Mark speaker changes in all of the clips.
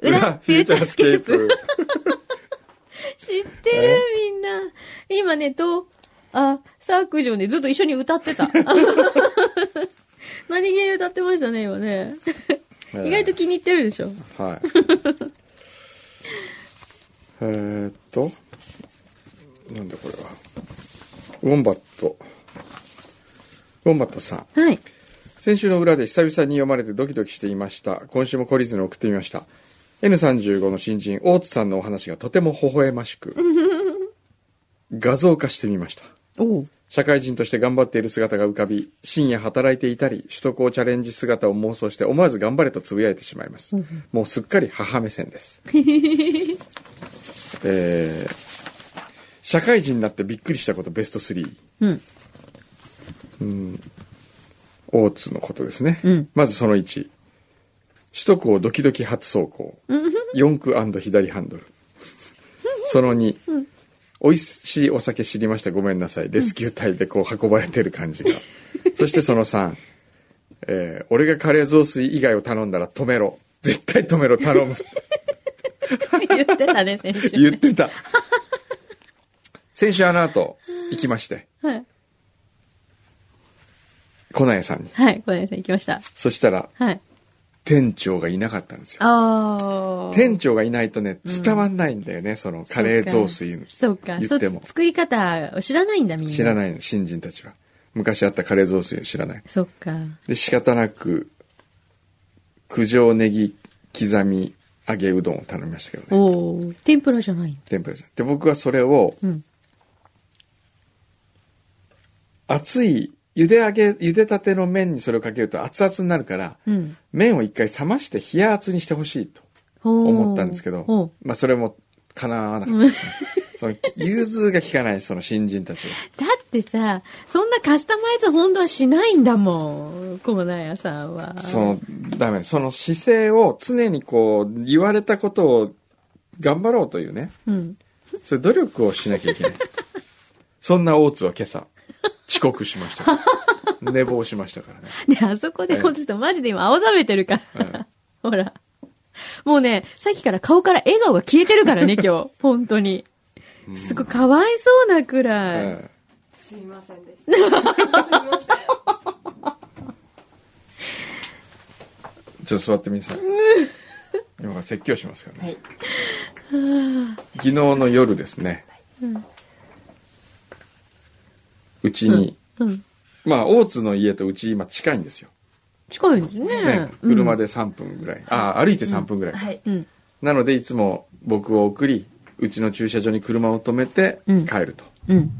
Speaker 1: フューチャースケープ。
Speaker 2: 知ってるみんな。今ね、と、あ、サークジョンでずっと一緒に歌って た。何気に歌ってましたね、今ね。
Speaker 1: ええ
Speaker 2: 意外と気に入ってるでしょ。
Speaker 1: はい。 えーっと、なんだこれは。ウォンバット。ウォンバットさん。
Speaker 2: はい。
Speaker 1: 先週の裏で久々に読まれてドキドキしていました。今週も懲りずに送ってみました。N35 の新人、大津さんのお話がとても微笑まし く、画像化してみました。
Speaker 2: おう。
Speaker 1: 社会人として頑張っている姿が浮かび、深夜働いていたり、取得をチャレンジ姿を妄想して思わず頑張れとつぶやいてしまいます。もうすっかり母目線です。 えー、社会人になってびっくりしたことベスト3。
Speaker 2: うん。
Speaker 1: 大津のことですね、
Speaker 2: うん
Speaker 1: まずその1首都高ドキドキ初走行四駆左ハンドルその2、美味しいお酒知りましたごめんなさいレスキュー隊でこう運ばれてる感じが そしてその3、えー俺がカレー雑炊以外を頼んだら止めろ絶対止めろ頼む
Speaker 2: 言ってたね、先週。
Speaker 1: 言っ てた先週あの後行きまして
Speaker 2: はい。
Speaker 1: 小苗さんに
Speaker 2: はい、小林さん行きました。
Speaker 1: そしたら
Speaker 2: はい。
Speaker 1: 店長がいなかったんですよ
Speaker 2: ああ。
Speaker 1: 店長がいないとね伝わんないんだよね、そのカレー雑炊
Speaker 2: そうか。
Speaker 1: 言
Speaker 2: そ
Speaker 1: っ
Speaker 2: う
Speaker 1: ても
Speaker 2: 作り方を知らないんだ、みんな。
Speaker 1: 知ら
Speaker 2: い。
Speaker 1: ないの新人たちは昔あったカレー雑炊を知らない
Speaker 2: そっか。
Speaker 1: で仕方なく九条ネギ刻み揚げうどんを頼みましたけどね
Speaker 2: おお。天ぷらじゃない。
Speaker 1: 天ぷらじゃんで僕はそれを
Speaker 2: うん。
Speaker 1: 熱い茹で揚げ茹でたての麺にそれをかけると熱々になるから、
Speaker 2: うん。
Speaker 1: 麺を一回冷まして冷や熱にしてほしいと思
Speaker 2: 思
Speaker 1: ったんですけど
Speaker 2: お、
Speaker 1: まあ、それも叶わなかったですね、 その融通が利かないその新人たちは
Speaker 2: だってさ、そんなカスタマイズ本当はしないんだもん、コーナヤさんは。
Speaker 1: その、ダメ。その姿勢を常にこう、言われたことを頑張ろうというね。
Speaker 2: うん。
Speaker 1: そういう努力をしなきゃい けない。そんな大津は今朝、遅刻しました から。寝坊しましたからね。
Speaker 2: で、あそこで、
Speaker 1: ええ
Speaker 2: ほんとマジで今青ざめてるか
Speaker 1: え
Speaker 2: ら。ほら。もうね、さっきから顔から笑顔が消えてる からね、今日。本当に。すごいかわいそうなくらい。
Speaker 1: え
Speaker 3: すいませんでした。すいません。
Speaker 1: えちょっと座ってみなさい。今から説教しますからね。
Speaker 3: はい
Speaker 1: 昨日の夜ですね。うちに、
Speaker 2: うん。
Speaker 1: まあ、大津の家とうち今近いんですよ。
Speaker 2: 近いんです
Speaker 1: ね
Speaker 2: ね。
Speaker 1: 車
Speaker 2: で。
Speaker 1: で3分ぐらい。ああ、歩いて3分ぐらいか。
Speaker 3: はい。
Speaker 2: うん。
Speaker 1: なのでいつも僕を送りうちの駐車場に車を止めて
Speaker 2: うん
Speaker 1: 帰ると、
Speaker 2: うん。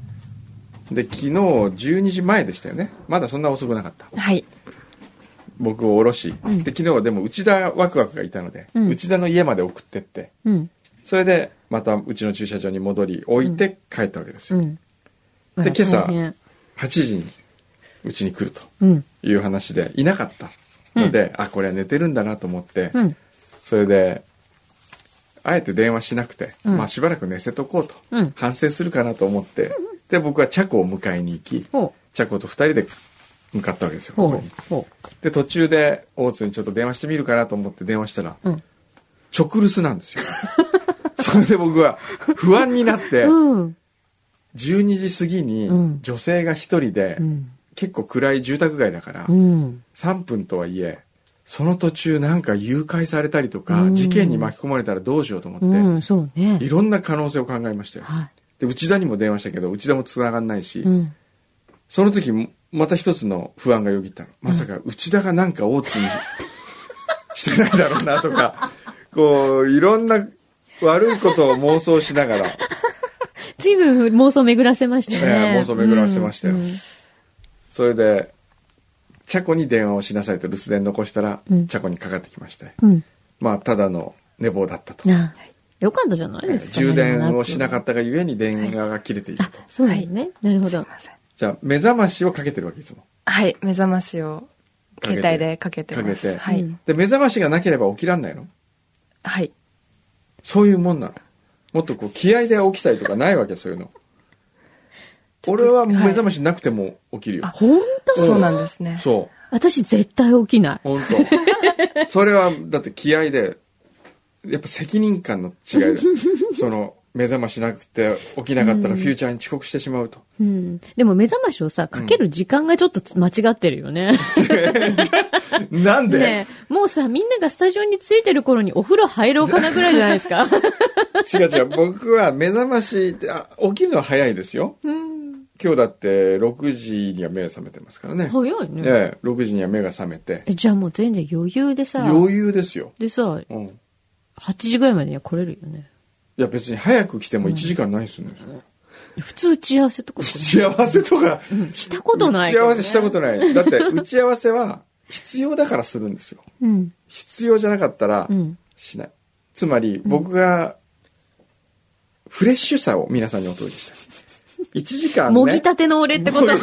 Speaker 1: で昨日12時前でしたよねまだそんな遅くなかった
Speaker 2: はい。
Speaker 1: 僕を降ろし、
Speaker 2: ん
Speaker 1: で昨日はでも内田ワクワクがいたので、
Speaker 2: うん
Speaker 1: 内田の家まで送ってって
Speaker 2: うん。
Speaker 1: それでまたうちの駐車場に戻り置いて帰ったわけです
Speaker 2: う
Speaker 1: よ、
Speaker 2: ん。あら
Speaker 1: 今朝
Speaker 2: 大変
Speaker 1: 8時にうちに来ると
Speaker 2: うん。
Speaker 1: いう話でいなかったので、あこれは寝てるんだなと思って、
Speaker 2: うん。
Speaker 1: それであえて電話しなくて、
Speaker 2: うん
Speaker 1: まあ、しばらく寝せとこうと、
Speaker 2: うん
Speaker 1: 反省するかなと思ってで僕はチャコを迎えに行き
Speaker 2: ほ
Speaker 1: チャコと2人で向かったわけですよ
Speaker 2: う。ほ
Speaker 1: ここ
Speaker 2: う
Speaker 1: に。
Speaker 2: ほ
Speaker 1: で途中で大津にちょっと電話してみるかなと思って電話したら
Speaker 2: う。うん。
Speaker 1: 直留守なんで すよそれで僕は不安になって
Speaker 2: うん。
Speaker 1: 12時過ぎ
Speaker 2: うん
Speaker 1: に女性が1人で
Speaker 2: うん。
Speaker 1: 結構暗い住宅街だから
Speaker 2: うん。
Speaker 1: 3分とはいえその途中なんか誘拐されたりと
Speaker 2: う
Speaker 1: か
Speaker 2: ん
Speaker 1: 事件に巻き込まれたらどうしようと思って、
Speaker 2: うん、そうね
Speaker 1: い。ろんな可能性を考えましたよ。
Speaker 2: は
Speaker 1: で、内田にも電話したけど、内田も繋がんないし、
Speaker 2: い。うん。
Speaker 1: その時、また一つの不安がよぎったの。まさか、内田がなんか大津に してないだろうなとか、こう、いろんな悪いことを妄想しながら、
Speaker 2: 随分妄想巡らせました
Speaker 1: え
Speaker 2: ね。
Speaker 1: え妄想巡らせましたよ
Speaker 2: うん
Speaker 1: それで、チャコに電話をしなさいと留守電残したら、
Speaker 2: うん
Speaker 1: チャコにかかってきまして、
Speaker 2: うん。
Speaker 1: まあ、ただの寝坊だったと。
Speaker 2: なあ。よかったじゃない
Speaker 1: ええ
Speaker 2: ですか。
Speaker 1: 充電をしなか
Speaker 2: っ
Speaker 1: ったがゆえに電話が切れていると。
Speaker 2: た。そうだよね。なるほど。
Speaker 1: じゃあ、目覚ましをかけてるわけですもん。
Speaker 3: はい。目覚ましを
Speaker 1: かけて
Speaker 3: 携帯でかけてます。
Speaker 1: かけて
Speaker 3: はい、
Speaker 2: うん
Speaker 1: で、目覚ましがなければ起きらんないの
Speaker 3: はい。
Speaker 1: そういうもんなのもっとこう気合で起きたりとかないわけそういうの
Speaker 3: ちょっ
Speaker 1: 俺
Speaker 3: と
Speaker 1: は目覚ましなくても起きるよ、
Speaker 3: は
Speaker 2: 本当
Speaker 3: そうなんですね。
Speaker 1: そ。
Speaker 2: 私絶対起きないう
Speaker 1: 本当それはだって気合でやっぱ責任感の違いだその目覚ましなくて起きなかったらフューチャーに遅刻してしまうと、
Speaker 2: うん。でも目覚ましをさ、かける時間がちょっと間違ってるよね。
Speaker 1: なんで、
Speaker 2: ねえもうさ、みんながスタジオについてる頃にお風呂入ろうかなぐらいじゃないです か。
Speaker 1: 違う違う僕は目覚ましってあ起きるのは早いですよ
Speaker 2: うん。
Speaker 1: 今日だって6時には目が覚めてますからね、
Speaker 2: 早いね。
Speaker 1: ええ6時には目が覚めて
Speaker 2: えじゃあもう全然余裕でさ、
Speaker 1: 余裕ですよ、
Speaker 2: でさ、
Speaker 1: うん、い
Speaker 2: 8時ぐらいまでには来れるよね。
Speaker 1: や別に早く来ても1時間ないですよね、
Speaker 2: 普通打ち合わせとかし
Speaker 1: 幸せとか
Speaker 2: したことない、
Speaker 1: 打ち合わせしたこと
Speaker 2: ない。
Speaker 1: ない。だって、打ち合わせは必要だからするんですよ。
Speaker 2: うん。
Speaker 1: 必要じゃなかったら
Speaker 2: うん。
Speaker 1: しない。つまり、僕が、フレッシュさを皆さんにお届けしたい。1時間ね。
Speaker 2: もぎたての俺ってこと。
Speaker 1: そう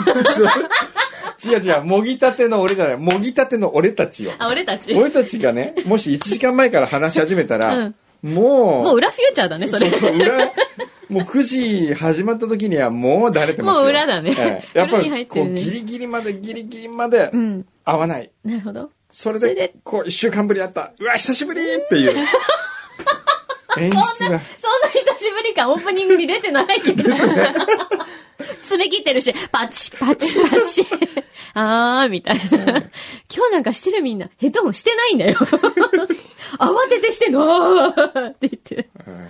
Speaker 1: 違う違う、もぎたての俺じゃない。もぎたての俺たちよ。
Speaker 2: あ、俺たち。
Speaker 1: 俺たちがね、もし1時間前から話し始めたら、
Speaker 2: うん
Speaker 1: もう、
Speaker 2: もう裏フューチャーだ ね、それ。
Speaker 1: そうそう、裏、もう9時始まった時にはもうだれてますよ
Speaker 2: もう裏だね
Speaker 1: ええやっぱ
Speaker 2: 裏に入
Speaker 1: り、
Speaker 2: って
Speaker 1: こ
Speaker 2: る
Speaker 1: う、
Speaker 2: ね
Speaker 1: ギリギリまでギリギリまで
Speaker 2: うん。
Speaker 1: 合わない。
Speaker 2: なるほど。
Speaker 1: それ
Speaker 2: それ
Speaker 1: で
Speaker 2: で、
Speaker 1: こう、一週間ぶり会った。うわ、久しぶりっていう。 演出が。
Speaker 2: そんな久しぶりか、オープニングに出てないけど。 詰め切ってるし、パチパチパチ。 あー、みたいな。今日なんかしてるみんな、ヘッドホンしてないんだよ。 慌ててしてんの、あーって言って。
Speaker 1: ええ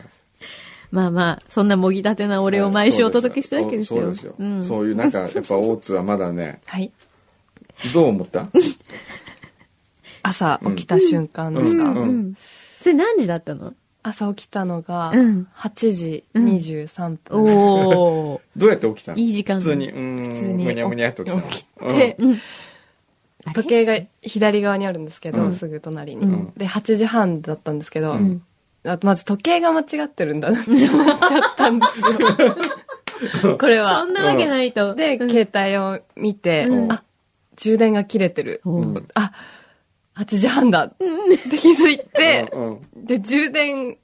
Speaker 2: まあまあ、そんなもぎたてな俺を毎週お届けしたわけですよ。
Speaker 1: そうですよ。
Speaker 2: ん。
Speaker 1: そういう、なんか、やっぱ、大津はまだね、
Speaker 3: はい。
Speaker 1: どう思った
Speaker 3: 朝起きた瞬間ですか、
Speaker 1: うん
Speaker 2: うんそれ何時だったの
Speaker 3: 朝起きたのが
Speaker 2: うん
Speaker 3: 8時23分、
Speaker 2: おー。
Speaker 1: どうやって起きたの
Speaker 2: いい時間
Speaker 1: 普通に、うーん、
Speaker 3: 普通に
Speaker 1: むにゃむにゃっと起き
Speaker 3: 起
Speaker 1: たの。
Speaker 3: て
Speaker 2: うん。
Speaker 3: 時計が左側にあるんですけど、
Speaker 1: うん
Speaker 3: すぐ隣に、
Speaker 2: うん
Speaker 3: で8時半だったんですけど、
Speaker 1: うん
Speaker 3: あまず時計が間違ってるんだなって思っちゃったんです よこれは
Speaker 2: そんなわけないと。
Speaker 3: で、
Speaker 2: うん
Speaker 3: 携帯を見て、
Speaker 1: うん
Speaker 3: あ充電が切れてる、
Speaker 2: うん
Speaker 1: うん
Speaker 3: あ8時半だって
Speaker 2: うん
Speaker 3: 気づいて、
Speaker 1: うんうん
Speaker 3: で充電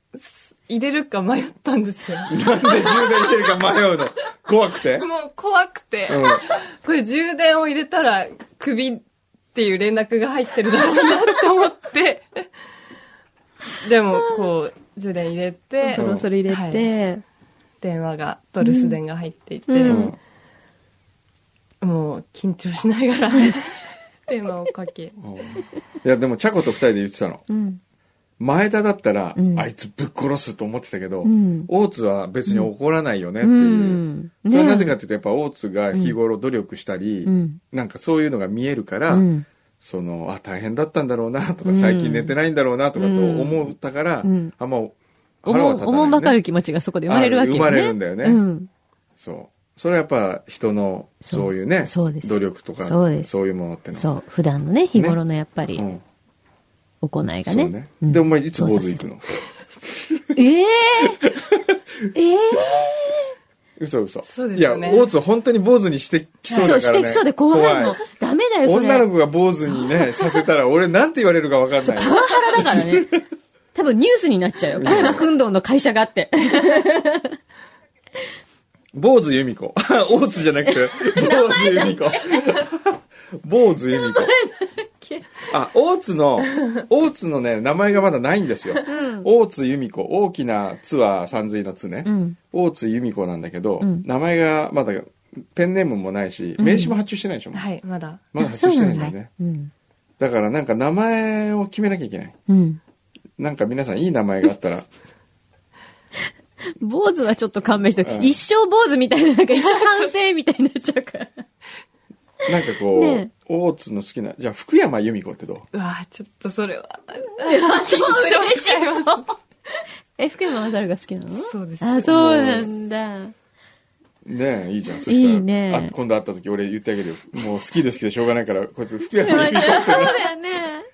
Speaker 3: 入れるか迷ったんですよ
Speaker 1: なんで充電してるか迷うの。怖くて。
Speaker 3: もう怖くて、
Speaker 1: うん
Speaker 3: これ充電を入れたらクビっていう連絡が入ってるだろうなって思って。でも、こう、充電入れて
Speaker 2: そ、ろそろ入れて、
Speaker 3: 電話が、と留守電が入っていて、
Speaker 2: うん
Speaker 1: うん
Speaker 3: もう緊張しながら、電話をかけ。
Speaker 1: いやでもチャコと二人で言ってたの
Speaker 2: うん。
Speaker 1: 前田だったら、
Speaker 2: うん
Speaker 1: あいつぶっ殺すと思ってたけど、
Speaker 2: うん
Speaker 1: 大津は別に怒らないよねっ
Speaker 2: う
Speaker 1: ていう、
Speaker 2: ん。
Speaker 1: それは
Speaker 2: ね
Speaker 1: なぜかっていうとやっぱ大津が日頃努力したり、
Speaker 2: うん。
Speaker 1: なんかそういうのが見えるから、
Speaker 2: うん。
Speaker 1: そのあ大変だったんだろうなとか、
Speaker 2: うん
Speaker 1: 最近寝てないんだろうなとかと
Speaker 2: うん
Speaker 1: 思ったから、
Speaker 2: うん
Speaker 1: あんま
Speaker 2: お
Speaker 1: 腹は
Speaker 2: もん、
Speaker 1: 立た
Speaker 2: お
Speaker 1: ない、
Speaker 2: も
Speaker 1: ね、
Speaker 2: んばかる気持ちがそこで生まれるわけよね。
Speaker 1: あ生まれるんだよね
Speaker 2: うん。
Speaker 1: そうそれはやっぱ人の
Speaker 2: そう
Speaker 1: そういうね
Speaker 2: そうです
Speaker 1: 努力とか
Speaker 2: そうです
Speaker 1: いうものってのは
Speaker 2: そう。普段のね、日頃のやっぱ
Speaker 1: う
Speaker 2: り、
Speaker 1: ん
Speaker 2: 行い
Speaker 1: そ
Speaker 2: が
Speaker 1: う
Speaker 2: ね。
Speaker 1: ね、
Speaker 2: うん
Speaker 1: でお前いつ坊主行くの
Speaker 2: ええええ
Speaker 1: 嘘嘘
Speaker 3: そうですよね
Speaker 1: いや大津本当に坊主にしてきそう
Speaker 2: そ
Speaker 1: だ
Speaker 2: う、
Speaker 1: か
Speaker 2: し
Speaker 1: ら、ね、
Speaker 2: てきそうで怖いもん。ダメだよ、それ。
Speaker 1: 女の子が坊主にね、させたら、俺なんて言われるかわかんない
Speaker 2: パ。ワハラだから ね。多分ニュースになっちゃうよ。小山君堂の会社があって。
Speaker 1: 坊主由美子。 大津じゃなくて、坊主由美子。坊主由美子。あ、大津の、大津のね、名前がまだないんですよ。大津由美子。大きな津は三髄の津ね。
Speaker 2: うん。
Speaker 1: 大津由美子なんだけど、
Speaker 2: うん
Speaker 1: 名前がまだ、ペンネームもないし、名刺も発注してないでしょ、う
Speaker 3: はい、まだ。
Speaker 1: まだ発
Speaker 2: そ
Speaker 1: 注
Speaker 2: う
Speaker 1: して
Speaker 2: な
Speaker 1: な
Speaker 2: ん
Speaker 1: いん
Speaker 2: だ
Speaker 1: だよね。。
Speaker 2: うん。
Speaker 1: だからなんか名前を決めなきゃいけない。
Speaker 2: うん。
Speaker 1: なんか皆さんいい名前が あったら、
Speaker 2: 坊主はちょっと勘弁して、
Speaker 1: うん
Speaker 2: 一生坊主みたいな、なんか一生反省みたいになっちゃうから。
Speaker 1: なんかこう、
Speaker 2: ね
Speaker 1: 大津の好きな、じゃあ福山由美子ってど
Speaker 3: う
Speaker 1: う
Speaker 3: わぁ、ちょっとそれは。
Speaker 2: 超嬉しい
Speaker 3: 緊張しち
Speaker 2: ぞ。え、福山雅治が好きなの
Speaker 3: そうです
Speaker 2: あ、そうなんだ。
Speaker 1: ねえ、いいじゃん。そ
Speaker 2: いいね
Speaker 1: あ今度会った時俺言ってあげるよ。もう好きで好きでしょうがないから、こいつ福
Speaker 2: そう
Speaker 1: 山由美子。
Speaker 2: だよね。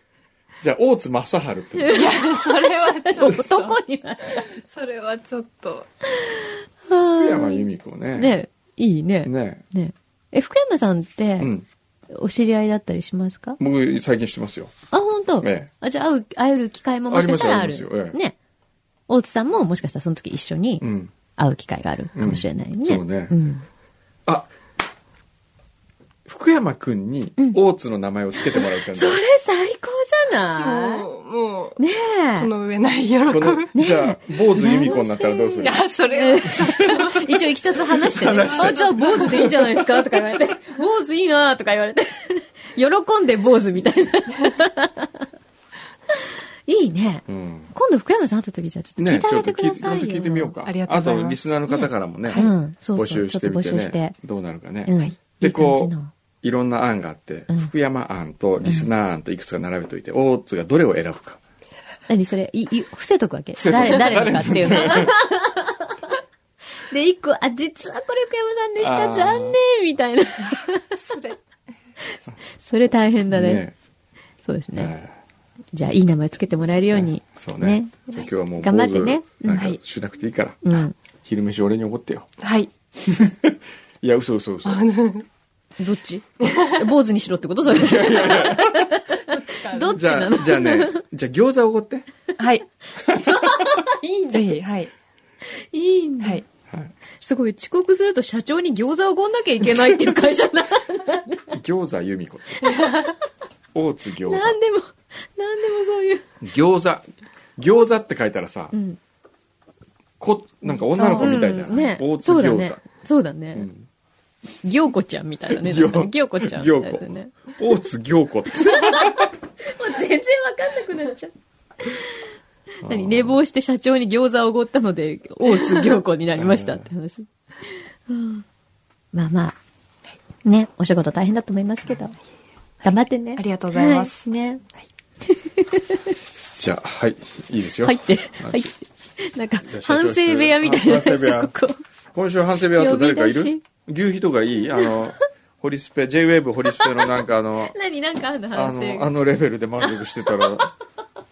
Speaker 1: じゃあ、大津正治って。
Speaker 3: いや、それはちょっと。
Speaker 2: 男になっちゃ
Speaker 3: それはちょっと。
Speaker 2: う。
Speaker 1: 福山由美子ね。
Speaker 2: ねいいね。ね
Speaker 1: ね
Speaker 2: え、福山さんっ
Speaker 1: え。
Speaker 2: て
Speaker 1: う、ん。
Speaker 2: お知り合いだったりしますか
Speaker 1: 僕、最近してますよ。
Speaker 2: あ、本当。
Speaker 1: ええ
Speaker 2: あ、じゃあ会う、会える機会ももしかしたらある。
Speaker 1: ありますよありますよ
Speaker 2: ね。大津さんももしかしたらその時一緒に
Speaker 1: うん。
Speaker 2: 会う機会があるかもしれないね。
Speaker 1: うんそうね
Speaker 2: ん
Speaker 1: あ福山くんに大津の名前をつけてもらう感じ
Speaker 2: それ最高じゃな
Speaker 3: もう、もう、
Speaker 2: いね
Speaker 3: こ
Speaker 2: え。
Speaker 3: の上ない喜ぶ。
Speaker 1: この
Speaker 2: ね
Speaker 1: じゃあ坊主由美子になったらどうす
Speaker 3: い
Speaker 1: る
Speaker 3: や、それは、
Speaker 2: 一応いきさつ話してね。
Speaker 1: 話して
Speaker 2: あ、じゃあ坊主でいいんじゃないですかとか言われて。 坊主いいなとか言われて。喜んで坊主みたい な。いいね。
Speaker 1: うん
Speaker 2: 今度福山さん会った時じゃあちょっと聞い
Speaker 1: ね
Speaker 2: てあ
Speaker 1: ち
Speaker 2: げ
Speaker 1: ょっ
Speaker 2: て
Speaker 1: と
Speaker 2: く
Speaker 1: 聞
Speaker 2: だ
Speaker 1: い
Speaker 2: さいよ。
Speaker 1: て聞いてみようか
Speaker 3: ありがとうございます
Speaker 1: あとリスナーの方からもね
Speaker 2: はいうんそうそう
Speaker 1: 募集してみて
Speaker 2: ちょっと募集して
Speaker 1: ねどうなるかね、
Speaker 2: うん
Speaker 1: はい
Speaker 2: いい
Speaker 1: でこ
Speaker 2: 感じ
Speaker 1: う
Speaker 2: の
Speaker 1: いろんな案があって、
Speaker 2: うん
Speaker 1: 福山案とリスナー案といくつか並べといて、大津がどれを選ぶか
Speaker 2: 何それ、い、い、伏せとくわけ誰、誰のかっていうの。 で、一個、あ、実はこれ福山さんでし
Speaker 1: あー
Speaker 2: た、残念みたいな。
Speaker 3: それ、
Speaker 2: それ大変だね。
Speaker 1: ね
Speaker 2: そうですね。
Speaker 1: え
Speaker 2: じゃあ、いい名前つけてもらえるように。
Speaker 1: えそうねじゃあ今日はもう
Speaker 2: 頑張ってね
Speaker 1: 坊主な
Speaker 2: う
Speaker 1: ん
Speaker 2: んは
Speaker 1: か
Speaker 2: い
Speaker 1: しなくていいから、
Speaker 2: うん。
Speaker 1: 昼飯俺におごってよ
Speaker 3: はい。
Speaker 1: いや嘘嘘嘘
Speaker 2: どっち 坊主にしろってことそれ。 どっち
Speaker 1: じゃ
Speaker 2: なの
Speaker 1: あじゃあねじゃあ餃子おごって
Speaker 3: はい。
Speaker 2: いいんだ。
Speaker 3: ぜ
Speaker 2: い
Speaker 3: ひ、はい。
Speaker 2: いんだ。
Speaker 3: はい。
Speaker 1: はい
Speaker 2: すごい、遅刻すると社長に餃子をごんなきゃいけないっていう会社な。
Speaker 1: 餃子由美 子大津餃子
Speaker 2: なんでも、なんでもそういう。
Speaker 1: 餃子餃子って書いたらさ、
Speaker 2: うん。
Speaker 1: こなんか女の子みたいじゃ
Speaker 2: う
Speaker 1: なんい、
Speaker 2: ね
Speaker 1: 大津
Speaker 2: そう
Speaker 1: 餃
Speaker 2: だ
Speaker 1: 子、
Speaker 2: ね。そうだ
Speaker 1: う
Speaker 2: ね。
Speaker 1: ん
Speaker 2: 行子ちゃんみたいだね。
Speaker 1: 行
Speaker 2: 行子ちゃんみたいだね。
Speaker 1: 大津餃子って
Speaker 2: もう全然わかんなくなっちゃう。 何寝坊して社長に餃子をおごったので、大津行子になりましたって話。うんまあまあ、ね、お仕事大変だと思いますけど、頑張ってね。
Speaker 3: ありがとうございます
Speaker 2: はね。
Speaker 1: じゃあはいいいですよ、
Speaker 2: 入って、
Speaker 1: あ
Speaker 2: 入って。 なんか
Speaker 1: じゃあ、社長
Speaker 2: 反省部屋みたいな。
Speaker 1: あ反省部屋
Speaker 2: ここ
Speaker 1: 今週反省部屋あと誰かい
Speaker 2: 呼び
Speaker 1: る牛皮とかいいあのホリスペ JWAVE ホリスペのなんかあの
Speaker 2: 何、なんかあんの
Speaker 1: あ
Speaker 2: 反省
Speaker 1: の
Speaker 2: が
Speaker 1: あ。のレベルで満足してたら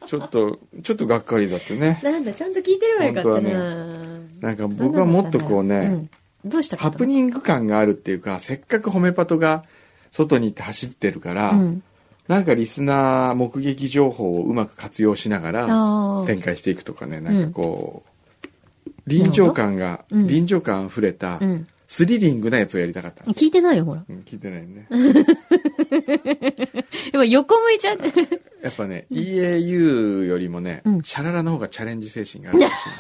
Speaker 1: ちょっとちょっとがっかりだってね
Speaker 2: なんだ、ちゃんと聞いてればよかった
Speaker 1: 本当
Speaker 2: な。
Speaker 1: なんか僕はもっとこうね、
Speaker 2: ん。どうした
Speaker 1: ハプ
Speaker 2: ン
Speaker 1: ニング感があるっていうか、せっかくホメパトが外に行って走ってるから、
Speaker 2: うん。
Speaker 1: なんかリスナー目撃情報をうまく活用しながら
Speaker 2: ああ。
Speaker 1: 展開していくとかね、なんかこう、臨場感が、
Speaker 2: うん
Speaker 1: 臨場感あふれた
Speaker 2: う、ん。
Speaker 1: スリリングなやつをやりたかった。
Speaker 2: 聞いてないよ、ほら。
Speaker 1: うん、聞いてないね。
Speaker 2: 今横向いちゃって。
Speaker 1: やっぱね、EAU よりもね、
Speaker 2: うん
Speaker 1: シャララの方がチャレンジ精神があるかもしれ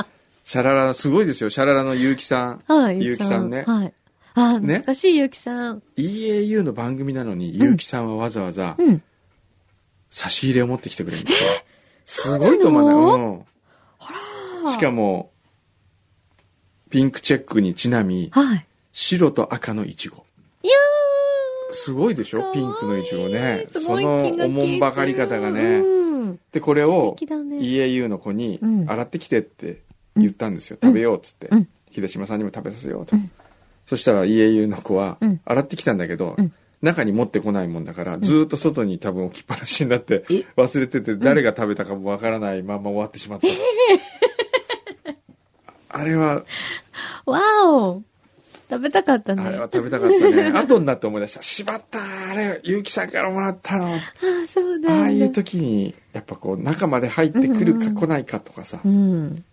Speaker 1: ない。シャララ、すごいですよ。シャララの結城さん。
Speaker 2: はい、
Speaker 1: 結城さんね。
Speaker 2: はい。ああ、
Speaker 1: ね
Speaker 2: 懐かしい、ゆうきさん。
Speaker 1: EAU の番組なのに、結城さんはわざわざ
Speaker 2: うん。
Speaker 1: 差し入れを持ってきてくれる んですよ。
Speaker 2: そうな
Speaker 1: す
Speaker 2: の
Speaker 1: ごいと思うね。うん、しかも、ピンクチェックにちなみ、
Speaker 2: はい。
Speaker 1: 白と赤のイチゴ。
Speaker 2: いや
Speaker 1: すごいでし
Speaker 2: かわいい
Speaker 1: ょピンクのイチゴね。
Speaker 2: ーす
Speaker 1: そ
Speaker 2: ごい
Speaker 1: の
Speaker 2: 気が利いて
Speaker 1: お
Speaker 2: る
Speaker 1: もんばかり方がね。
Speaker 2: うん。
Speaker 1: で、これ
Speaker 2: 素
Speaker 1: を
Speaker 2: 敵だね。
Speaker 1: EAU の子に
Speaker 2: う、ん
Speaker 1: 洗ってきてって言ったんですよ。食べようっつって
Speaker 2: うん。
Speaker 1: 秀島さんにも食べさせようと。そしたら EAU の子は
Speaker 2: うん、
Speaker 1: 洗ってきたんだけど
Speaker 2: うん、
Speaker 1: 中に持ってこないもんだから、ずーっと外に多分置きっぱなしになって
Speaker 2: え、
Speaker 1: 忘れてて、誰が食べたかもわからないまま終わってし まった。あれは、
Speaker 2: わお食べたかったね。
Speaker 1: あれは
Speaker 2: あ
Speaker 1: 食べたかったね。後になって思い出した。しまったあれ、結城さんからもらったの。
Speaker 2: あ、そうだ
Speaker 1: あ
Speaker 2: よね。
Speaker 1: あいう時に、やっぱこう、中まで入ってくる
Speaker 2: うんう
Speaker 1: か
Speaker 2: ん
Speaker 1: 来ないかとかさ
Speaker 2: う、ん。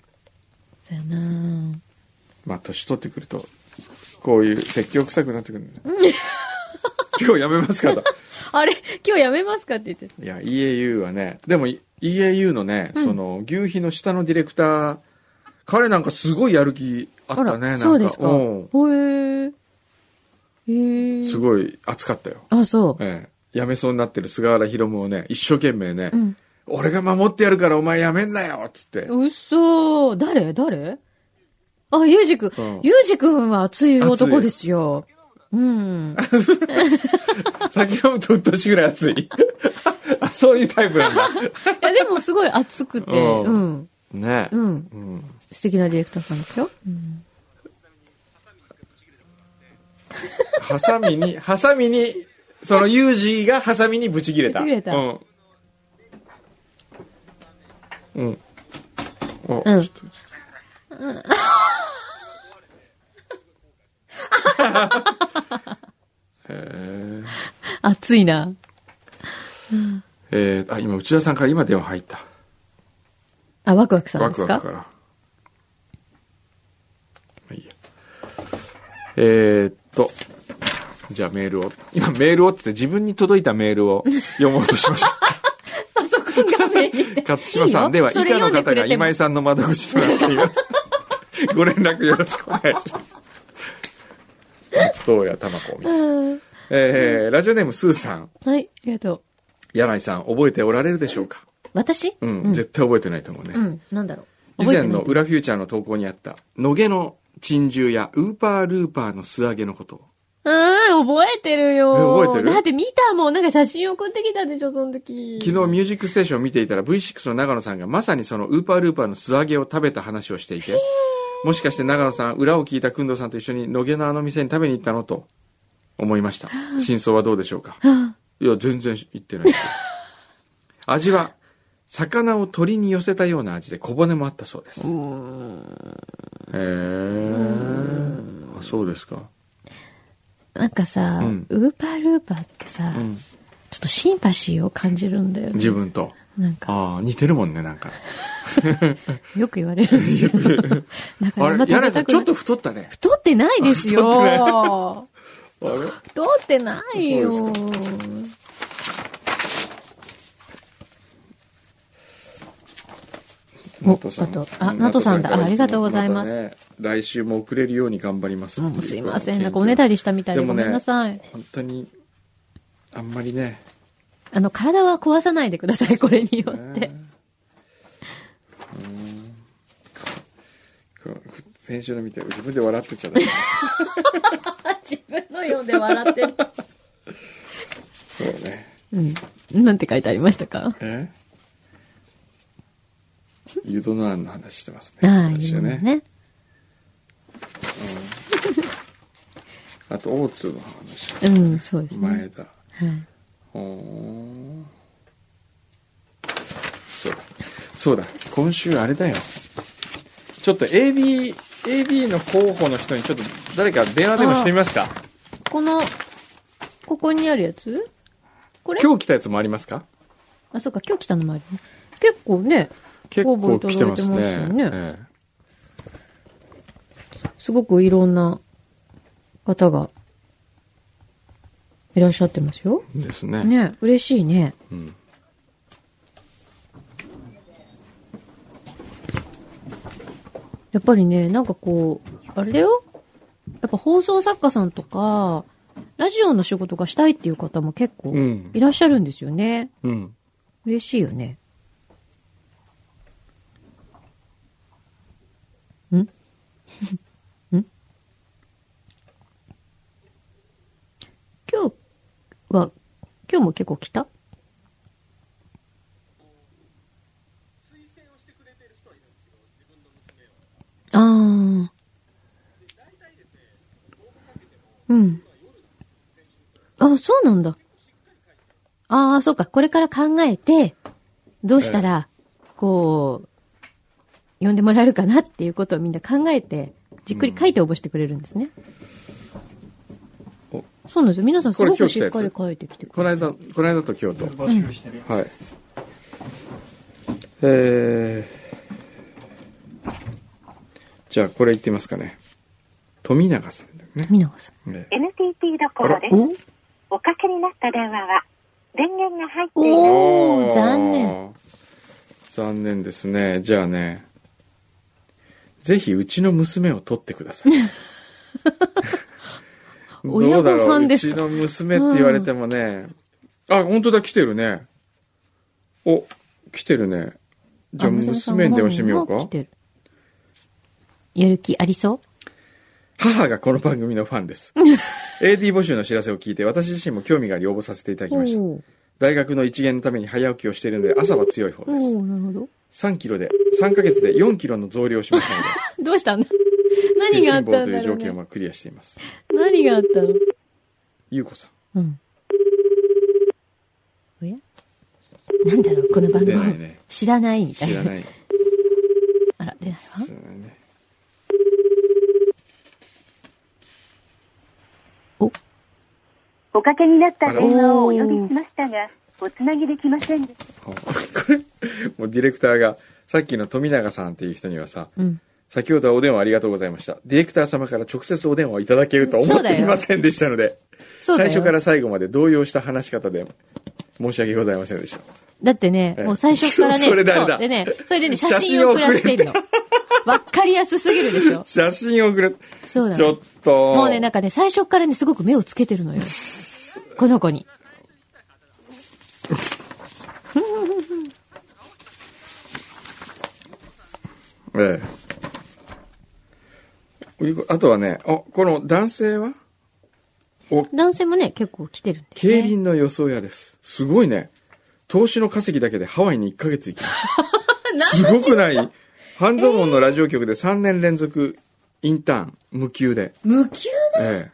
Speaker 2: そうやな
Speaker 1: まあ、年取ってくると、こういう説教臭くなってくるんだね。 今日やめますかと。
Speaker 2: あれ今日やめますかって言って
Speaker 1: いや、EAU はね、でも EAU のね、その、牛皮の下のディレクター、彼なんかすごいやる気あったね、なんか。
Speaker 2: そうですか。
Speaker 1: うん
Speaker 2: ほえー。へえー。
Speaker 1: すごい熱かったよ。
Speaker 2: あ、そう。
Speaker 1: ええ。やめそうになってる菅原博夢をね、一生懸命ね、
Speaker 2: うん。
Speaker 1: 俺が守ってやるからお前やめんなよっつって。
Speaker 2: うっそー。誰誰あ、ゆうじくん
Speaker 1: うん。
Speaker 2: ゆうじくんは熱い男ですよ。うん。
Speaker 1: 酒飲むとうっとうしいぐらい熱い。あ、そういうタイプなんだ。
Speaker 2: いや、でもすごい熱くて、
Speaker 1: う
Speaker 2: うん。
Speaker 1: ね
Speaker 2: う。
Speaker 1: うんん。
Speaker 2: 素敵なディレクターさんですよ。うん。
Speaker 1: ハサミに、ハサミに、そのユージがハサミにぶち切れた。
Speaker 2: ぶち切れた
Speaker 1: うん。うん。お
Speaker 2: うん
Speaker 1: ちょっとへ
Speaker 2: 熱いな。
Speaker 1: ええーあ、今、内田さんから今電話入った。
Speaker 2: あ、ワクワクさん
Speaker 1: ワ
Speaker 2: で
Speaker 1: ク
Speaker 2: す
Speaker 1: ワ
Speaker 2: か
Speaker 1: クから。まあいいや。えーっと、じゃあメールを、今メールをって言って自分に届いたメールを読もうと しました。
Speaker 2: パソコン画面にて。
Speaker 1: 勝島さん
Speaker 2: いいよ
Speaker 1: では以
Speaker 2: それ
Speaker 1: 下の
Speaker 2: 読んで
Speaker 1: 方
Speaker 2: く
Speaker 1: が
Speaker 2: れても
Speaker 1: 今井さんの窓口となっています ご連絡よろしくお願いします松任谷玉子みたいな、
Speaker 2: うん
Speaker 1: えーラジオネームスーさん
Speaker 2: はい、ありがとう。
Speaker 1: 柳井さん覚えておられるでしょうか
Speaker 2: 私
Speaker 1: うん、
Speaker 2: うん
Speaker 1: 絶対覚えてないと思うね、
Speaker 2: うん、なんだろう。
Speaker 1: 以
Speaker 2: 覚え
Speaker 1: 前
Speaker 2: てな
Speaker 1: の
Speaker 2: い
Speaker 1: 裏フューチャーの投稿にあった野毛の珍獣やウーパールーパーの素揚げのこと
Speaker 2: うん、覚えてるよ。
Speaker 1: え覚えてる
Speaker 2: だって見たもん。なんか写真送ってきたでしょ、その時。
Speaker 1: 昨日ミュージックステーションを見ていたら V6 の長野さんがまさにそのウーパールーパーの素揚げを食べた話をしていて、もしかして長野さん、裏を聞いたくんどうさんと一緒に野毛のあの店に食べに行ったのと思いました。真相はどうでしょうかいや、全然行ってないです。味は、魚を鳥に寄せたような味で小骨もあったそうです。へえ。あ、そうですか。
Speaker 2: なんかさ、
Speaker 1: うん
Speaker 2: ウーパールーパーってさ、
Speaker 1: うん
Speaker 2: ちょっとシンパシーを感じるんだよね。
Speaker 1: 自分と。
Speaker 2: なんか、
Speaker 1: ああ、似てるもんね、なんか。
Speaker 2: よく言われるんですけど。 だか
Speaker 1: あ
Speaker 2: らあん
Speaker 1: れ
Speaker 2: ま、食
Speaker 1: 柳
Speaker 2: べ
Speaker 1: 井さ
Speaker 2: た
Speaker 1: ん、
Speaker 2: く
Speaker 1: ち
Speaker 2: な
Speaker 1: ょっ
Speaker 2: い。
Speaker 1: と太ったね。
Speaker 2: 太ってないですよ。
Speaker 1: 太ってな
Speaker 2: 太ってな
Speaker 1: いあれ
Speaker 2: いよ。
Speaker 1: そう
Speaker 2: お
Speaker 1: ナトさん
Speaker 2: あとあナトさんだ
Speaker 1: ナトから
Speaker 2: ありがとうございます
Speaker 1: たね来週も遅れるように頑張ります。
Speaker 2: もうすいません。なんかおねだりしたみたいで
Speaker 1: も
Speaker 2: ご
Speaker 1: ね
Speaker 2: めんなさい。
Speaker 1: 本当に、あんまりね。
Speaker 2: あの、体は壊さないでください、これによっ
Speaker 1: ね
Speaker 2: て。
Speaker 1: うんこ先週の見て、自分で笑ってちゃダメ。
Speaker 2: 自分の読んで笑ってる。
Speaker 1: そうね。
Speaker 2: うん。なんて書いてありましたか
Speaker 1: え湯殿庵の話してますね。
Speaker 2: ああ、い
Speaker 1: 先
Speaker 2: い
Speaker 1: 週
Speaker 2: の
Speaker 1: ね。
Speaker 2: ね。
Speaker 1: あと、大津の話。
Speaker 2: うん、そうです
Speaker 1: 前
Speaker 2: ね。
Speaker 1: 田。
Speaker 2: はい。
Speaker 1: ほーそうだ。そうだ。今週あれだよ。ちょっと AB、AB の候補の人にちょっと誰か電話でもしてみますか
Speaker 2: この、ここにあるやつこれ
Speaker 1: 今日来たやつもありますか
Speaker 2: あ、そうか、今日来たのもあるね。結構ね、
Speaker 1: 結構来てます
Speaker 2: 応募いただいてます
Speaker 1: ね。
Speaker 2: よね
Speaker 1: ええ
Speaker 2: すごくいろんな方がいらっしゃってますよ。
Speaker 1: ですね。
Speaker 2: ね、嬉しいね。
Speaker 1: うん。
Speaker 2: やっぱりね、なんかこう、あれだよ。やっぱ放送作家さんとか、ラジオの仕事がしたいっていう方も結構
Speaker 1: うん
Speaker 2: いらっしゃるんですよね。
Speaker 1: うん。
Speaker 2: 嬉しいよね。んん今日は、今日も結構来たああ。うん。あ、そうなんだ。ああ、そうか。これから考えて、どうしたら、こう、呼んでもらえるかなっていうことをみんな考えて、じっくり書いて応募してくれるんですね。
Speaker 1: お
Speaker 2: そうなんですよ。皆さんすご
Speaker 1: これ
Speaker 2: く
Speaker 1: 今日来
Speaker 2: したっ
Speaker 1: やつ
Speaker 2: かり書いてきてく
Speaker 1: こ
Speaker 2: れ
Speaker 1: の
Speaker 2: る。
Speaker 1: 間、この間と京都。
Speaker 4: 募集してるやつ、
Speaker 1: はい。えーじゃあこれいってみますかね。富永さんだよね。
Speaker 2: みなさん。
Speaker 1: ね
Speaker 5: NTT ドコモです。
Speaker 2: お
Speaker 5: おかけになった電話は電源が入っていない
Speaker 2: おー、残念。
Speaker 1: 残念ですねじゃあねぜひうちの娘を取ってください ど
Speaker 2: 親
Speaker 1: うだ
Speaker 2: 御
Speaker 1: ろ
Speaker 2: さ
Speaker 1: うんう
Speaker 2: です
Speaker 1: ち
Speaker 2: か
Speaker 1: の娘って言われてもね、あ本当だ来てるねお来てるねじゃあ娘に電話してみよう
Speaker 2: あ娘さんご本人も来
Speaker 1: か
Speaker 2: てるやる気ありそう
Speaker 1: 母がこの番組のファンです AD 募集の知らせを聞いて私自身も興味があり応募させていただきました
Speaker 2: おー
Speaker 1: 大学の一元のために早起きをしているので朝は強い方
Speaker 2: お
Speaker 1: です
Speaker 2: ーなるほど。
Speaker 1: 3キロで、3ヶ月で4キロの増量をしました の
Speaker 2: どうした んだ
Speaker 1: で、
Speaker 2: 何
Speaker 1: 食い
Speaker 2: があ
Speaker 1: し
Speaker 2: っ
Speaker 1: ん坊
Speaker 2: た
Speaker 1: と
Speaker 2: ん
Speaker 1: い
Speaker 2: だ
Speaker 1: う
Speaker 2: ろう
Speaker 1: 条
Speaker 2: ね
Speaker 1: 件。はクリアしています。
Speaker 2: 何があったの
Speaker 1: ゆうこさ
Speaker 2: うん。おやなんだろう、この番
Speaker 1: 出
Speaker 2: 号
Speaker 1: ないね。
Speaker 2: 知らないみ
Speaker 1: ん、
Speaker 2: たい
Speaker 1: 知
Speaker 2: な。
Speaker 1: らない。
Speaker 2: あら、出ないわ
Speaker 1: 知。らないね
Speaker 5: おかけになった電話をお呼びしましたが、おつなぎできませんでした。
Speaker 1: あこれ、もうディレクターが、さっきの富永さんっていう人にはさ、
Speaker 2: うん。
Speaker 1: 先ほどはお電話ありがとうございました。ディレクター様から直接お電話をいただけるとは思
Speaker 2: そう
Speaker 1: っ
Speaker 2: だよ
Speaker 1: ていませんでしたので、
Speaker 2: そうだ
Speaker 1: 最
Speaker 2: よ
Speaker 1: 初から最後まで動揺した話し方で申し訳ございませんでした。
Speaker 2: だってね、
Speaker 1: ええ
Speaker 2: もう最初からね、
Speaker 1: そそれ 誰だ
Speaker 2: うでね、それでね、写真を送らせてんの
Speaker 1: 写真を。
Speaker 2: わかりやすすぎるで しょ。
Speaker 1: 写真を送れ、
Speaker 2: そうだ
Speaker 1: ちょっ
Speaker 2: ね。
Speaker 1: と。
Speaker 2: もうね、なんかね、最初からね、すごく目をつけてるの よ。この子に。
Speaker 1: ええ。あとはね、あ、この男性はお、
Speaker 2: 男性もね、結構来てるんで、
Speaker 1: 競
Speaker 2: ね。
Speaker 1: 輪の予想屋です。すごいね。投資の稼ぎだけでハワイに1ヶ 月行きます。すごくない半蔵門のラジオ局で3年連続インターン、無給で。
Speaker 2: 無給だ
Speaker 1: え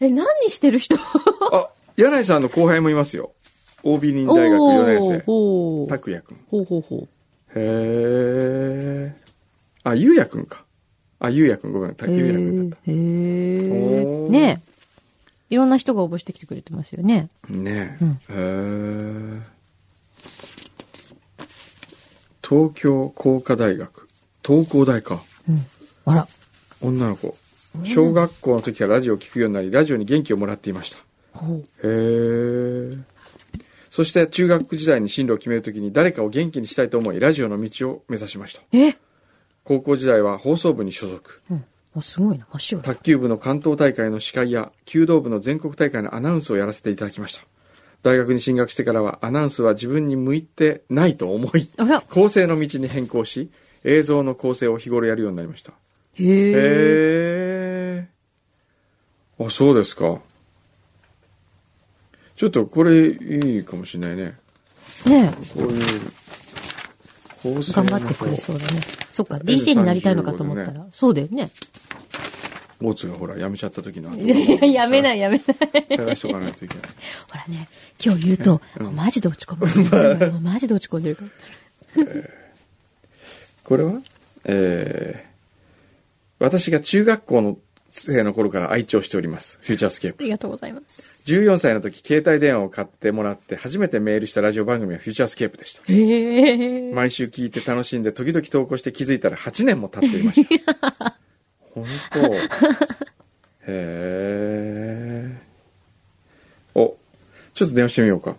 Speaker 1: え。
Speaker 2: え、何してる人
Speaker 1: あ、柳井さんの後輩もいますよ。大美人
Speaker 2: お
Speaker 1: 大学4年
Speaker 2: ー
Speaker 1: 生。
Speaker 2: ほう
Speaker 1: 拓也くん。
Speaker 2: ほうほうほう。
Speaker 1: へえ。あ、ゆうやくんか。あ、ゆうやくん、ごめん。たゆうやくんだっ
Speaker 2: へえ
Speaker 1: お。ー
Speaker 2: ねえ。いろんな人が応募してきてくれてますよね。
Speaker 1: た。ねえ。へえ。東京工科大学。東工大か。
Speaker 2: あら。
Speaker 1: 女の子。小学校の時からラジオを聞くようになり、ラジオに元気をもらっていました。
Speaker 2: ほう。
Speaker 1: へえ。そして中学時代に進路を決めるときに誰かを元気にしたいと思い、ラジオの道を目指しました。
Speaker 2: え
Speaker 1: 高校時代は放送部に所属。
Speaker 2: うん。あ、すごいな。足が。
Speaker 1: 卓球部の関東大会の司会や弓道部の全国大会のアナウンスをやらせていただきました大学に進学してからはアナウンスは自分に向いてないと思 い
Speaker 2: あら。
Speaker 1: 構成の道に変更し映像の構成を日頃やるようになりました
Speaker 2: へえ。
Speaker 1: へえあそうですかちょっとこれいいかもしれないね
Speaker 2: ねえ。
Speaker 1: こういう構成
Speaker 2: 頑
Speaker 1: の
Speaker 2: 張ってくれそうだね。そっか、
Speaker 1: N35
Speaker 2: DJ になりたいのかと思った
Speaker 1: で
Speaker 2: ら。そうだよね。
Speaker 1: 大津がほらやめちゃった時の
Speaker 2: いやいや、やめない、やめない。
Speaker 1: 探しとかないといけない
Speaker 2: ほらね、今日言うと、
Speaker 1: うん
Speaker 2: マジで落ち込む。もうマジで落ち込んでるから。
Speaker 1: これはえー、私が中学校の生の頃から愛聴しております。フューチャースケー
Speaker 2: あ
Speaker 1: プ。
Speaker 2: りがとうございます。
Speaker 1: 14歳の時、携帯電話を買ってもらって、初めてメールしたラジオ番組はフューチャースケープでした。
Speaker 2: へえ。
Speaker 1: 毎週聞いて楽しんで、時々投稿して気づいたら8年も経っていました。 本当。へえ。お、ちょっと電話してみようか。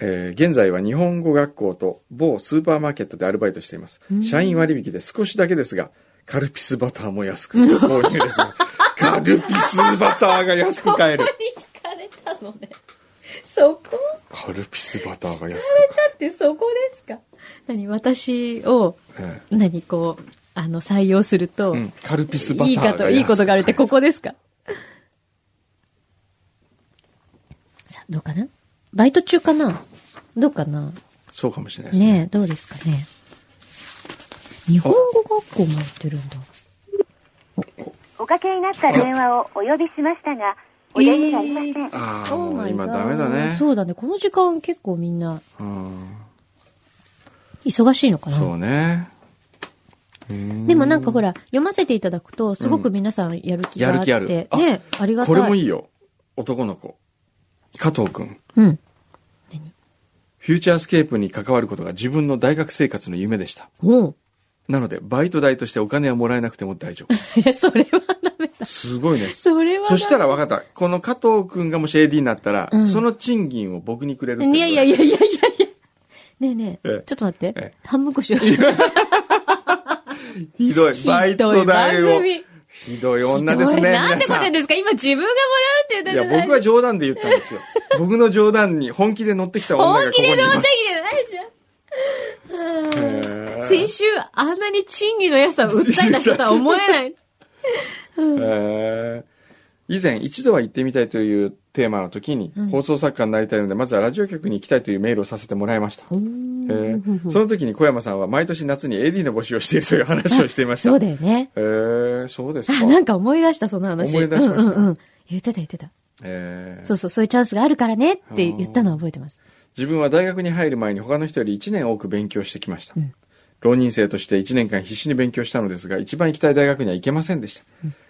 Speaker 1: えー現在は日本語学校と某スーパーマーケットでアルバイトしています。社員割引で少しだけですが、カルピスバターも安く購入できます。カルピスバターが安く買 える。
Speaker 2: に惹かれたのね。そこ
Speaker 1: カルピスバターが安
Speaker 2: だ
Speaker 1: く
Speaker 2: ってそこですか何私を、
Speaker 1: 買える。え
Speaker 2: 何こう、あの、採用すると、
Speaker 1: えうん、カルピスバタ
Speaker 2: いい
Speaker 1: ーが
Speaker 2: か
Speaker 1: 安く
Speaker 2: と、
Speaker 1: 買える。
Speaker 2: いいことがあるって、ここですかさあ、どうかなバイト中かなどうかな
Speaker 1: そうかもしれないですね。
Speaker 2: ねえ、どうですかね日本語学校もやってるんだ。
Speaker 5: おかけになった電話をお呼びしましたが、お出になりません。
Speaker 1: ああ、
Speaker 2: Oh
Speaker 1: もう
Speaker 2: my
Speaker 1: 今
Speaker 2: God
Speaker 1: ダメだね。
Speaker 2: そうだね。この時間結構みんな
Speaker 1: うん
Speaker 2: 忙しいのかな。
Speaker 1: そうね。うん
Speaker 2: でもなんかほら、読ませていただくと、すごく皆さんやる気があって。
Speaker 1: やる気あるあ
Speaker 2: ねえ、ありがたい。
Speaker 1: これも
Speaker 2: い。
Speaker 1: いいよ。男の子。加藤くん。
Speaker 2: うん。
Speaker 1: フューチャースケープに関わることが自分の大学生活の夢でした。
Speaker 2: おう。
Speaker 1: なので、バイト代としてお金はもらえなくても大丈 夫。
Speaker 2: え、それはダメだ。
Speaker 1: すごいね。
Speaker 2: それはダメ
Speaker 1: そしたら分かった。この加藤くんがもし AD になったら、
Speaker 2: うん
Speaker 1: その賃金を僕にくれるってこと
Speaker 2: いやいやいやいやいやいや。ねえねえ、
Speaker 1: ええ
Speaker 2: ちょっと待って。
Speaker 1: ええ
Speaker 2: 半分こしよう。
Speaker 1: ひどい。バイト代を。ひどい女ですね。
Speaker 2: おいなん
Speaker 1: 皆
Speaker 2: てこ
Speaker 1: さ
Speaker 2: と言うんですか今自分がもらうって言った
Speaker 1: い
Speaker 2: じ
Speaker 1: や、
Speaker 2: ゃない
Speaker 1: 僕は冗談で言ったんで すよ。僕の冗談に本気で乗ってきた女が
Speaker 2: 本
Speaker 1: ここ
Speaker 2: 気
Speaker 1: にい
Speaker 2: で
Speaker 1: ます。
Speaker 2: 乗ってきてないじゃん。
Speaker 1: へー
Speaker 2: 先週、あんなに賃金の安さを訴えた人とは思え ない。
Speaker 1: えー以前一度は行ってみたいというテーマの時に、放送作家になりたいのでまずはラジオ局に行きたいというメールをさせてもらいました、えーその時に小山さんは毎年夏に AD の募集をしているという話をしていました
Speaker 2: そうだよね。
Speaker 1: えーそうですか
Speaker 2: あ、なんか思い出した、その話。
Speaker 1: 思い出しました
Speaker 2: うんうんうん。言ってた言ってた。
Speaker 1: えー
Speaker 2: そうそう、そういうチャンスがあるからねって言ったのは覚えてます。
Speaker 1: 自分は大学に入る前に他の人より1年多く勉強してきました、
Speaker 2: ん
Speaker 1: 浪人生として1年間必死に勉強したのですが一番行きたい大学には行けませんでした、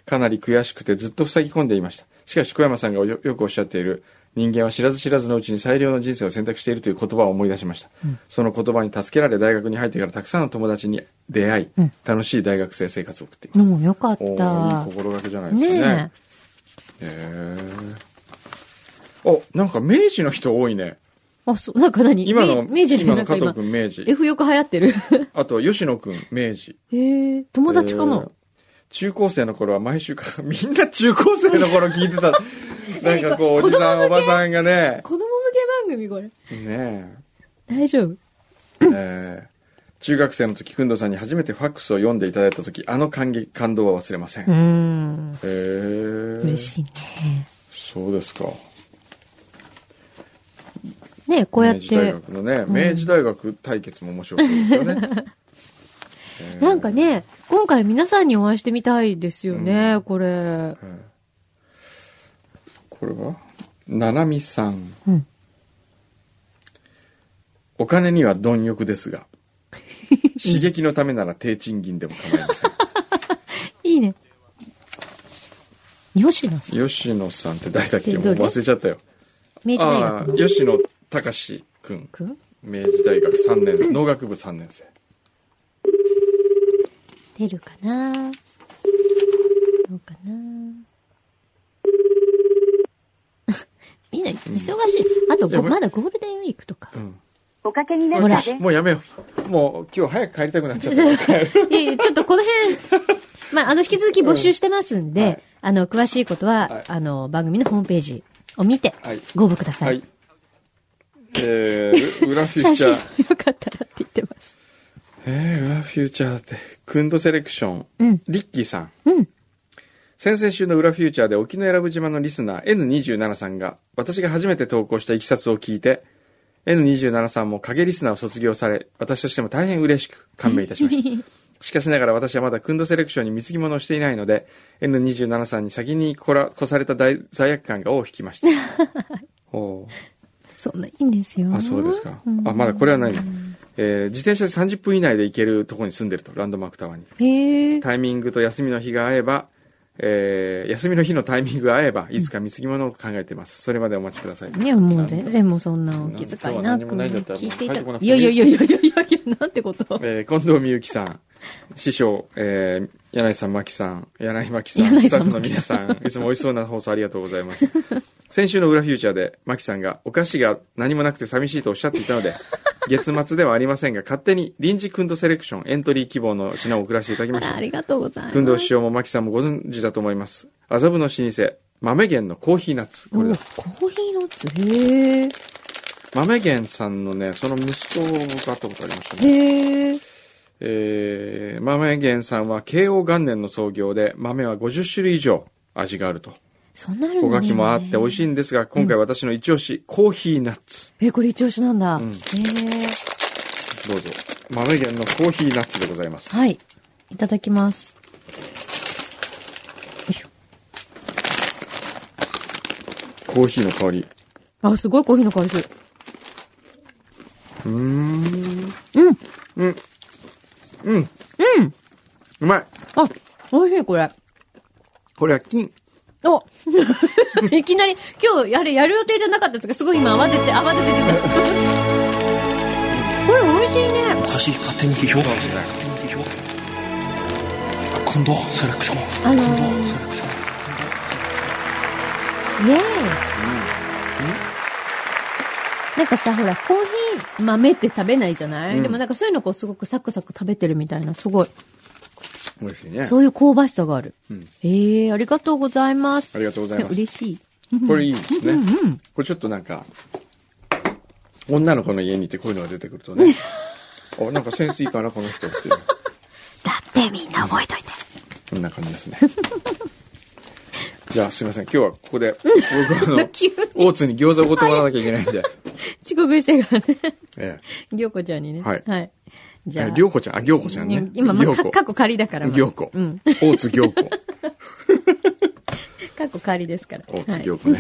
Speaker 1: かなり悔しくてずっと塞ぎ込んでいましたしかし小山さんがおよよくおっしゃっている人間は知らず知らずのうちに最良の人生を選択しているという言葉を思い出しました、その言葉に助けられ大学に入ってからたくさんの友達に出会い、
Speaker 2: うん
Speaker 1: 楽しい大学生生活を送っています、
Speaker 2: もうよかっ
Speaker 1: おーい
Speaker 2: た
Speaker 1: い。心がけじゃないですかね
Speaker 2: ね
Speaker 1: へえおなんか明治の人多いね
Speaker 2: え。あ、そう、なんか何
Speaker 1: 今の
Speaker 2: 明明治で
Speaker 1: 今
Speaker 2: な
Speaker 1: の
Speaker 2: んか
Speaker 1: 加藤
Speaker 2: 今、
Speaker 1: 君明治
Speaker 2: F よく流行ってる。
Speaker 1: あと吉野君明治
Speaker 2: へえ、友達か
Speaker 1: え
Speaker 2: な
Speaker 1: ー中高生の頃は毎週かみんな中高生の頃聞い てたなんかこうおじさんおばさんがね
Speaker 2: 子供向け番組これ。
Speaker 1: ね
Speaker 2: 大丈夫
Speaker 1: ええー中学生の時くんどさんに初めてファックスを読んでいただいた時あの感激感動は忘れません、
Speaker 2: うー
Speaker 1: へ
Speaker 2: ん。
Speaker 1: え
Speaker 2: 嬉しいね。
Speaker 1: そうですか
Speaker 2: ねえこうやっ
Speaker 1: 明治大
Speaker 2: て。
Speaker 1: 学のね明治大学対決も面白そうですよね、 えー
Speaker 2: なんかね、今回皆さんにお会いしてみたいですよね、
Speaker 1: うん
Speaker 2: これ。
Speaker 1: はいこれはななみさん
Speaker 2: うん。
Speaker 1: お金には貪欲で すが刺激のためなら低賃金でも構いません
Speaker 2: いいね。吉野さん。
Speaker 1: 吉野さんって誰だっけ
Speaker 2: で
Speaker 1: もう
Speaker 2: どれ
Speaker 1: 忘れちゃったよ
Speaker 2: 明治大
Speaker 1: あ
Speaker 2: 学
Speaker 1: あ
Speaker 2: の
Speaker 1: 吉野隆くん
Speaker 2: くん
Speaker 1: 明治大学3年農学部3年生
Speaker 2: 出るかなどうかな みんな忙しい。あと
Speaker 1: いや
Speaker 2: ご、
Speaker 1: これ
Speaker 2: まだゴールデンウィークとか。
Speaker 5: おかけにな
Speaker 2: ほ
Speaker 5: っ
Speaker 2: ら
Speaker 5: た電話
Speaker 1: もうやめようもう今日早く帰りたくなっちゃった
Speaker 2: い やいやちょっとこの辺、 まあ、あの、引き続き募集してますんで、
Speaker 1: うんはい
Speaker 2: あの、詳しいことは、
Speaker 1: はい
Speaker 2: あの、番組のホームページを見て
Speaker 1: はい、
Speaker 2: ご応募くださ。
Speaker 1: はいいえー、裏フュー
Speaker 2: 写
Speaker 1: チ
Speaker 2: 真、
Speaker 1: ャ
Speaker 2: よ
Speaker 1: ー
Speaker 2: かったらって言ってます。
Speaker 1: えー、裏フューチャーってクンドセレクション、
Speaker 2: うん
Speaker 1: リッキーさん
Speaker 2: うん。
Speaker 1: 先々週の裏フューチャーで沖永良部島のリスナー N27 さんが私が初めて投稿したいきさつを聞いて N27 さんも影リスナーを卒業され私としても大変嬉しく感銘いたしまし たしかしながら私はまだクンドセレクションに貢ぎ物をしていないので N27 さんに先にこらこされた大罪悪感が尾を引きま したおー
Speaker 2: そんないいんですよ。
Speaker 1: あそうですか、
Speaker 2: うん
Speaker 1: あまだこれはない、えー自転車で30分以内で行けるところに住んでるとランドマークタワーに
Speaker 2: へえ。
Speaker 1: タイミングと休みの日が合えば、えー休みの日のタイミングが合えば、いつか見過ぎ物を考えてます。それまでお待ちください。
Speaker 2: いや、もう全然もうそんなお気遣いな
Speaker 1: 今日
Speaker 2: く
Speaker 1: は何もないんだったら
Speaker 2: 聞いていた
Speaker 1: もう帰ってこなくて
Speaker 2: い
Speaker 1: も
Speaker 2: や
Speaker 1: いい
Speaker 2: いやいやいやいやいやいや、なんて こと
Speaker 1: えー近藤美由紀さん、師匠、えー柳井さん、真木さん、柳井真紀さん、
Speaker 2: 柳井
Speaker 1: スタ
Speaker 2: さん
Speaker 1: ッフの皆さん、いつも美味しそうな放送ありがとうござ います。先週の裏フューチャーで、真木さんがお菓子が何もなくて寂しいとおっしゃっていたので、月末ではありませんが、勝手に臨時くんどセレクションエントリー希望の品を送らせていただき
Speaker 2: あ
Speaker 1: まし
Speaker 2: ら、
Speaker 1: た
Speaker 2: あ。りがとうございます。
Speaker 1: くんどう 師匠も真木さんもご存知だと思います。麻布の老舗、豆源のコーヒーナッツ。これだ。
Speaker 2: おコーヒーナッツ。へえ。
Speaker 1: 豆源さんのね、その息子を僕会ったことありましたね。
Speaker 2: へえ。
Speaker 1: えー、豆源さんは慶応元年の創業で、豆は50種類以上味があると。
Speaker 2: そんなあるん
Speaker 1: お
Speaker 2: だ
Speaker 1: か
Speaker 2: ね。
Speaker 1: きもあって美味しいんですが、今回私の一押し、コーヒーナッツ。
Speaker 2: え、これ一押しなんだ。へ
Speaker 1: ん
Speaker 2: え。
Speaker 1: どうぞ。豆源のコーヒーナッツでございます。
Speaker 2: はい。いただきます。よいしょ
Speaker 1: コーヒーの香り。
Speaker 2: あ、すごいコーヒーの香りする。
Speaker 1: うーん。
Speaker 2: うん。
Speaker 1: う
Speaker 2: う
Speaker 1: ん。
Speaker 2: ん。
Speaker 1: うまい。
Speaker 2: あ、美味しい、これ。
Speaker 1: これは金。
Speaker 2: お いきなり、今日、あれ、やる予定じゃなかったですが、すごい今、慌てて、慌てて出た。 これ、美味しいね。
Speaker 4: 昔勝手に批評が勝手に批評今度セレクション
Speaker 2: あのー
Speaker 4: 今度セレクション
Speaker 2: イエーイ。なんかさ、ほら、コーヒー豆って食べないじゃない、
Speaker 1: うん
Speaker 2: でもなんかそういうのこう、すごくサクサク食べてるみたいな、すごい。
Speaker 1: 美味しいね。
Speaker 2: そういう香ばしさがある。
Speaker 1: うん
Speaker 2: ええありがとうございます
Speaker 1: あ。りがとうございます。
Speaker 2: 嬉しい。
Speaker 1: これいいですね。
Speaker 2: うんうん
Speaker 1: これちょっとなんか、女の子の家に行ってこういうのが出てくる とね、あ、なんかセンスいいかな、この人っていう。
Speaker 2: だってみんな覚えといて。、
Speaker 1: こんな感じですね。じゃあすいません、今日はここで、僕はあの
Speaker 2: 急に
Speaker 1: 大津に餃子を断らなきゃいけないんで、
Speaker 2: 遅刻してからね。
Speaker 1: え
Speaker 2: りょうこちゃんにね。
Speaker 1: はい
Speaker 2: じ
Speaker 1: え、
Speaker 2: ゃあ。
Speaker 1: えりょうこちゃん、あ、ぎょうこちゃんね
Speaker 2: ね。今、まあ、
Speaker 1: ぎょう
Speaker 2: か
Speaker 1: こ
Speaker 2: 過去仮だから。まあ
Speaker 1: ぎょうこ
Speaker 2: うん。
Speaker 1: 大津ぎょう こ。
Speaker 2: 過去仮ですから。
Speaker 1: 大
Speaker 2: は
Speaker 1: 津
Speaker 2: い
Speaker 1: ぎょうこね。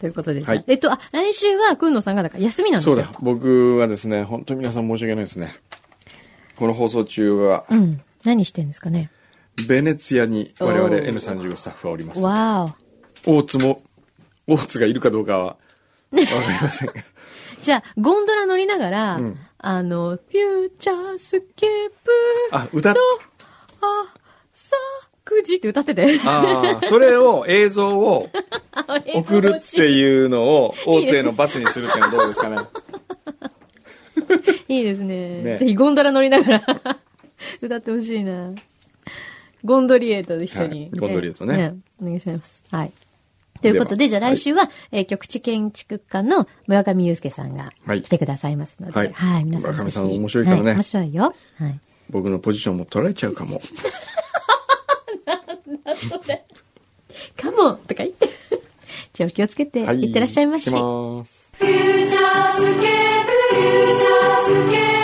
Speaker 2: ということで、じゃあ
Speaker 1: はい
Speaker 2: えっと、あ、来週は、くんのさんが、だから休みなんです
Speaker 1: そ
Speaker 2: よ。
Speaker 1: うだ、僕はですね、本当に皆さん申し訳ないですね。この放送中は、
Speaker 2: うん。何してんですかね。
Speaker 1: ベネツィアに我々
Speaker 2: おー
Speaker 1: N35 スタッフはおります。
Speaker 2: わ
Speaker 1: 大津も大津がいるかどうかは、わかりませんが。
Speaker 2: じゃあ、ゴンドラ乗りながら、
Speaker 1: うん
Speaker 2: あの、フューチャースケープ
Speaker 1: あ、歌っ
Speaker 2: と、あ、さ、くじって歌ってて。
Speaker 1: ああ、それを、映像を送るっていうのを、大津への罰にするっていうのはどうですかね。
Speaker 2: いいですね。
Speaker 1: ね
Speaker 2: ぜひゴンドラ乗りながら 歌ってほしいな。ゴンドリエートで一緒に、
Speaker 1: はいゴンドリエートね
Speaker 2: お願いします。はい。ということで、じゃあ来週は、えー局地建築家の村上祐介さんが
Speaker 1: はい
Speaker 2: 来てくださいますので、
Speaker 1: は
Speaker 2: はいい、皆さんぜひ。
Speaker 1: 村上さん面白いからね
Speaker 2: は面白いよ。はい。
Speaker 1: 僕のポジションも取られちゃうかも。
Speaker 2: かもとか言って。 じゃあお気をつけて、
Speaker 1: はい。
Speaker 2: いってらっしゃいま
Speaker 1: 行
Speaker 2: し。
Speaker 1: ってます
Speaker 6: フューチャースケープ、フューチャースケープ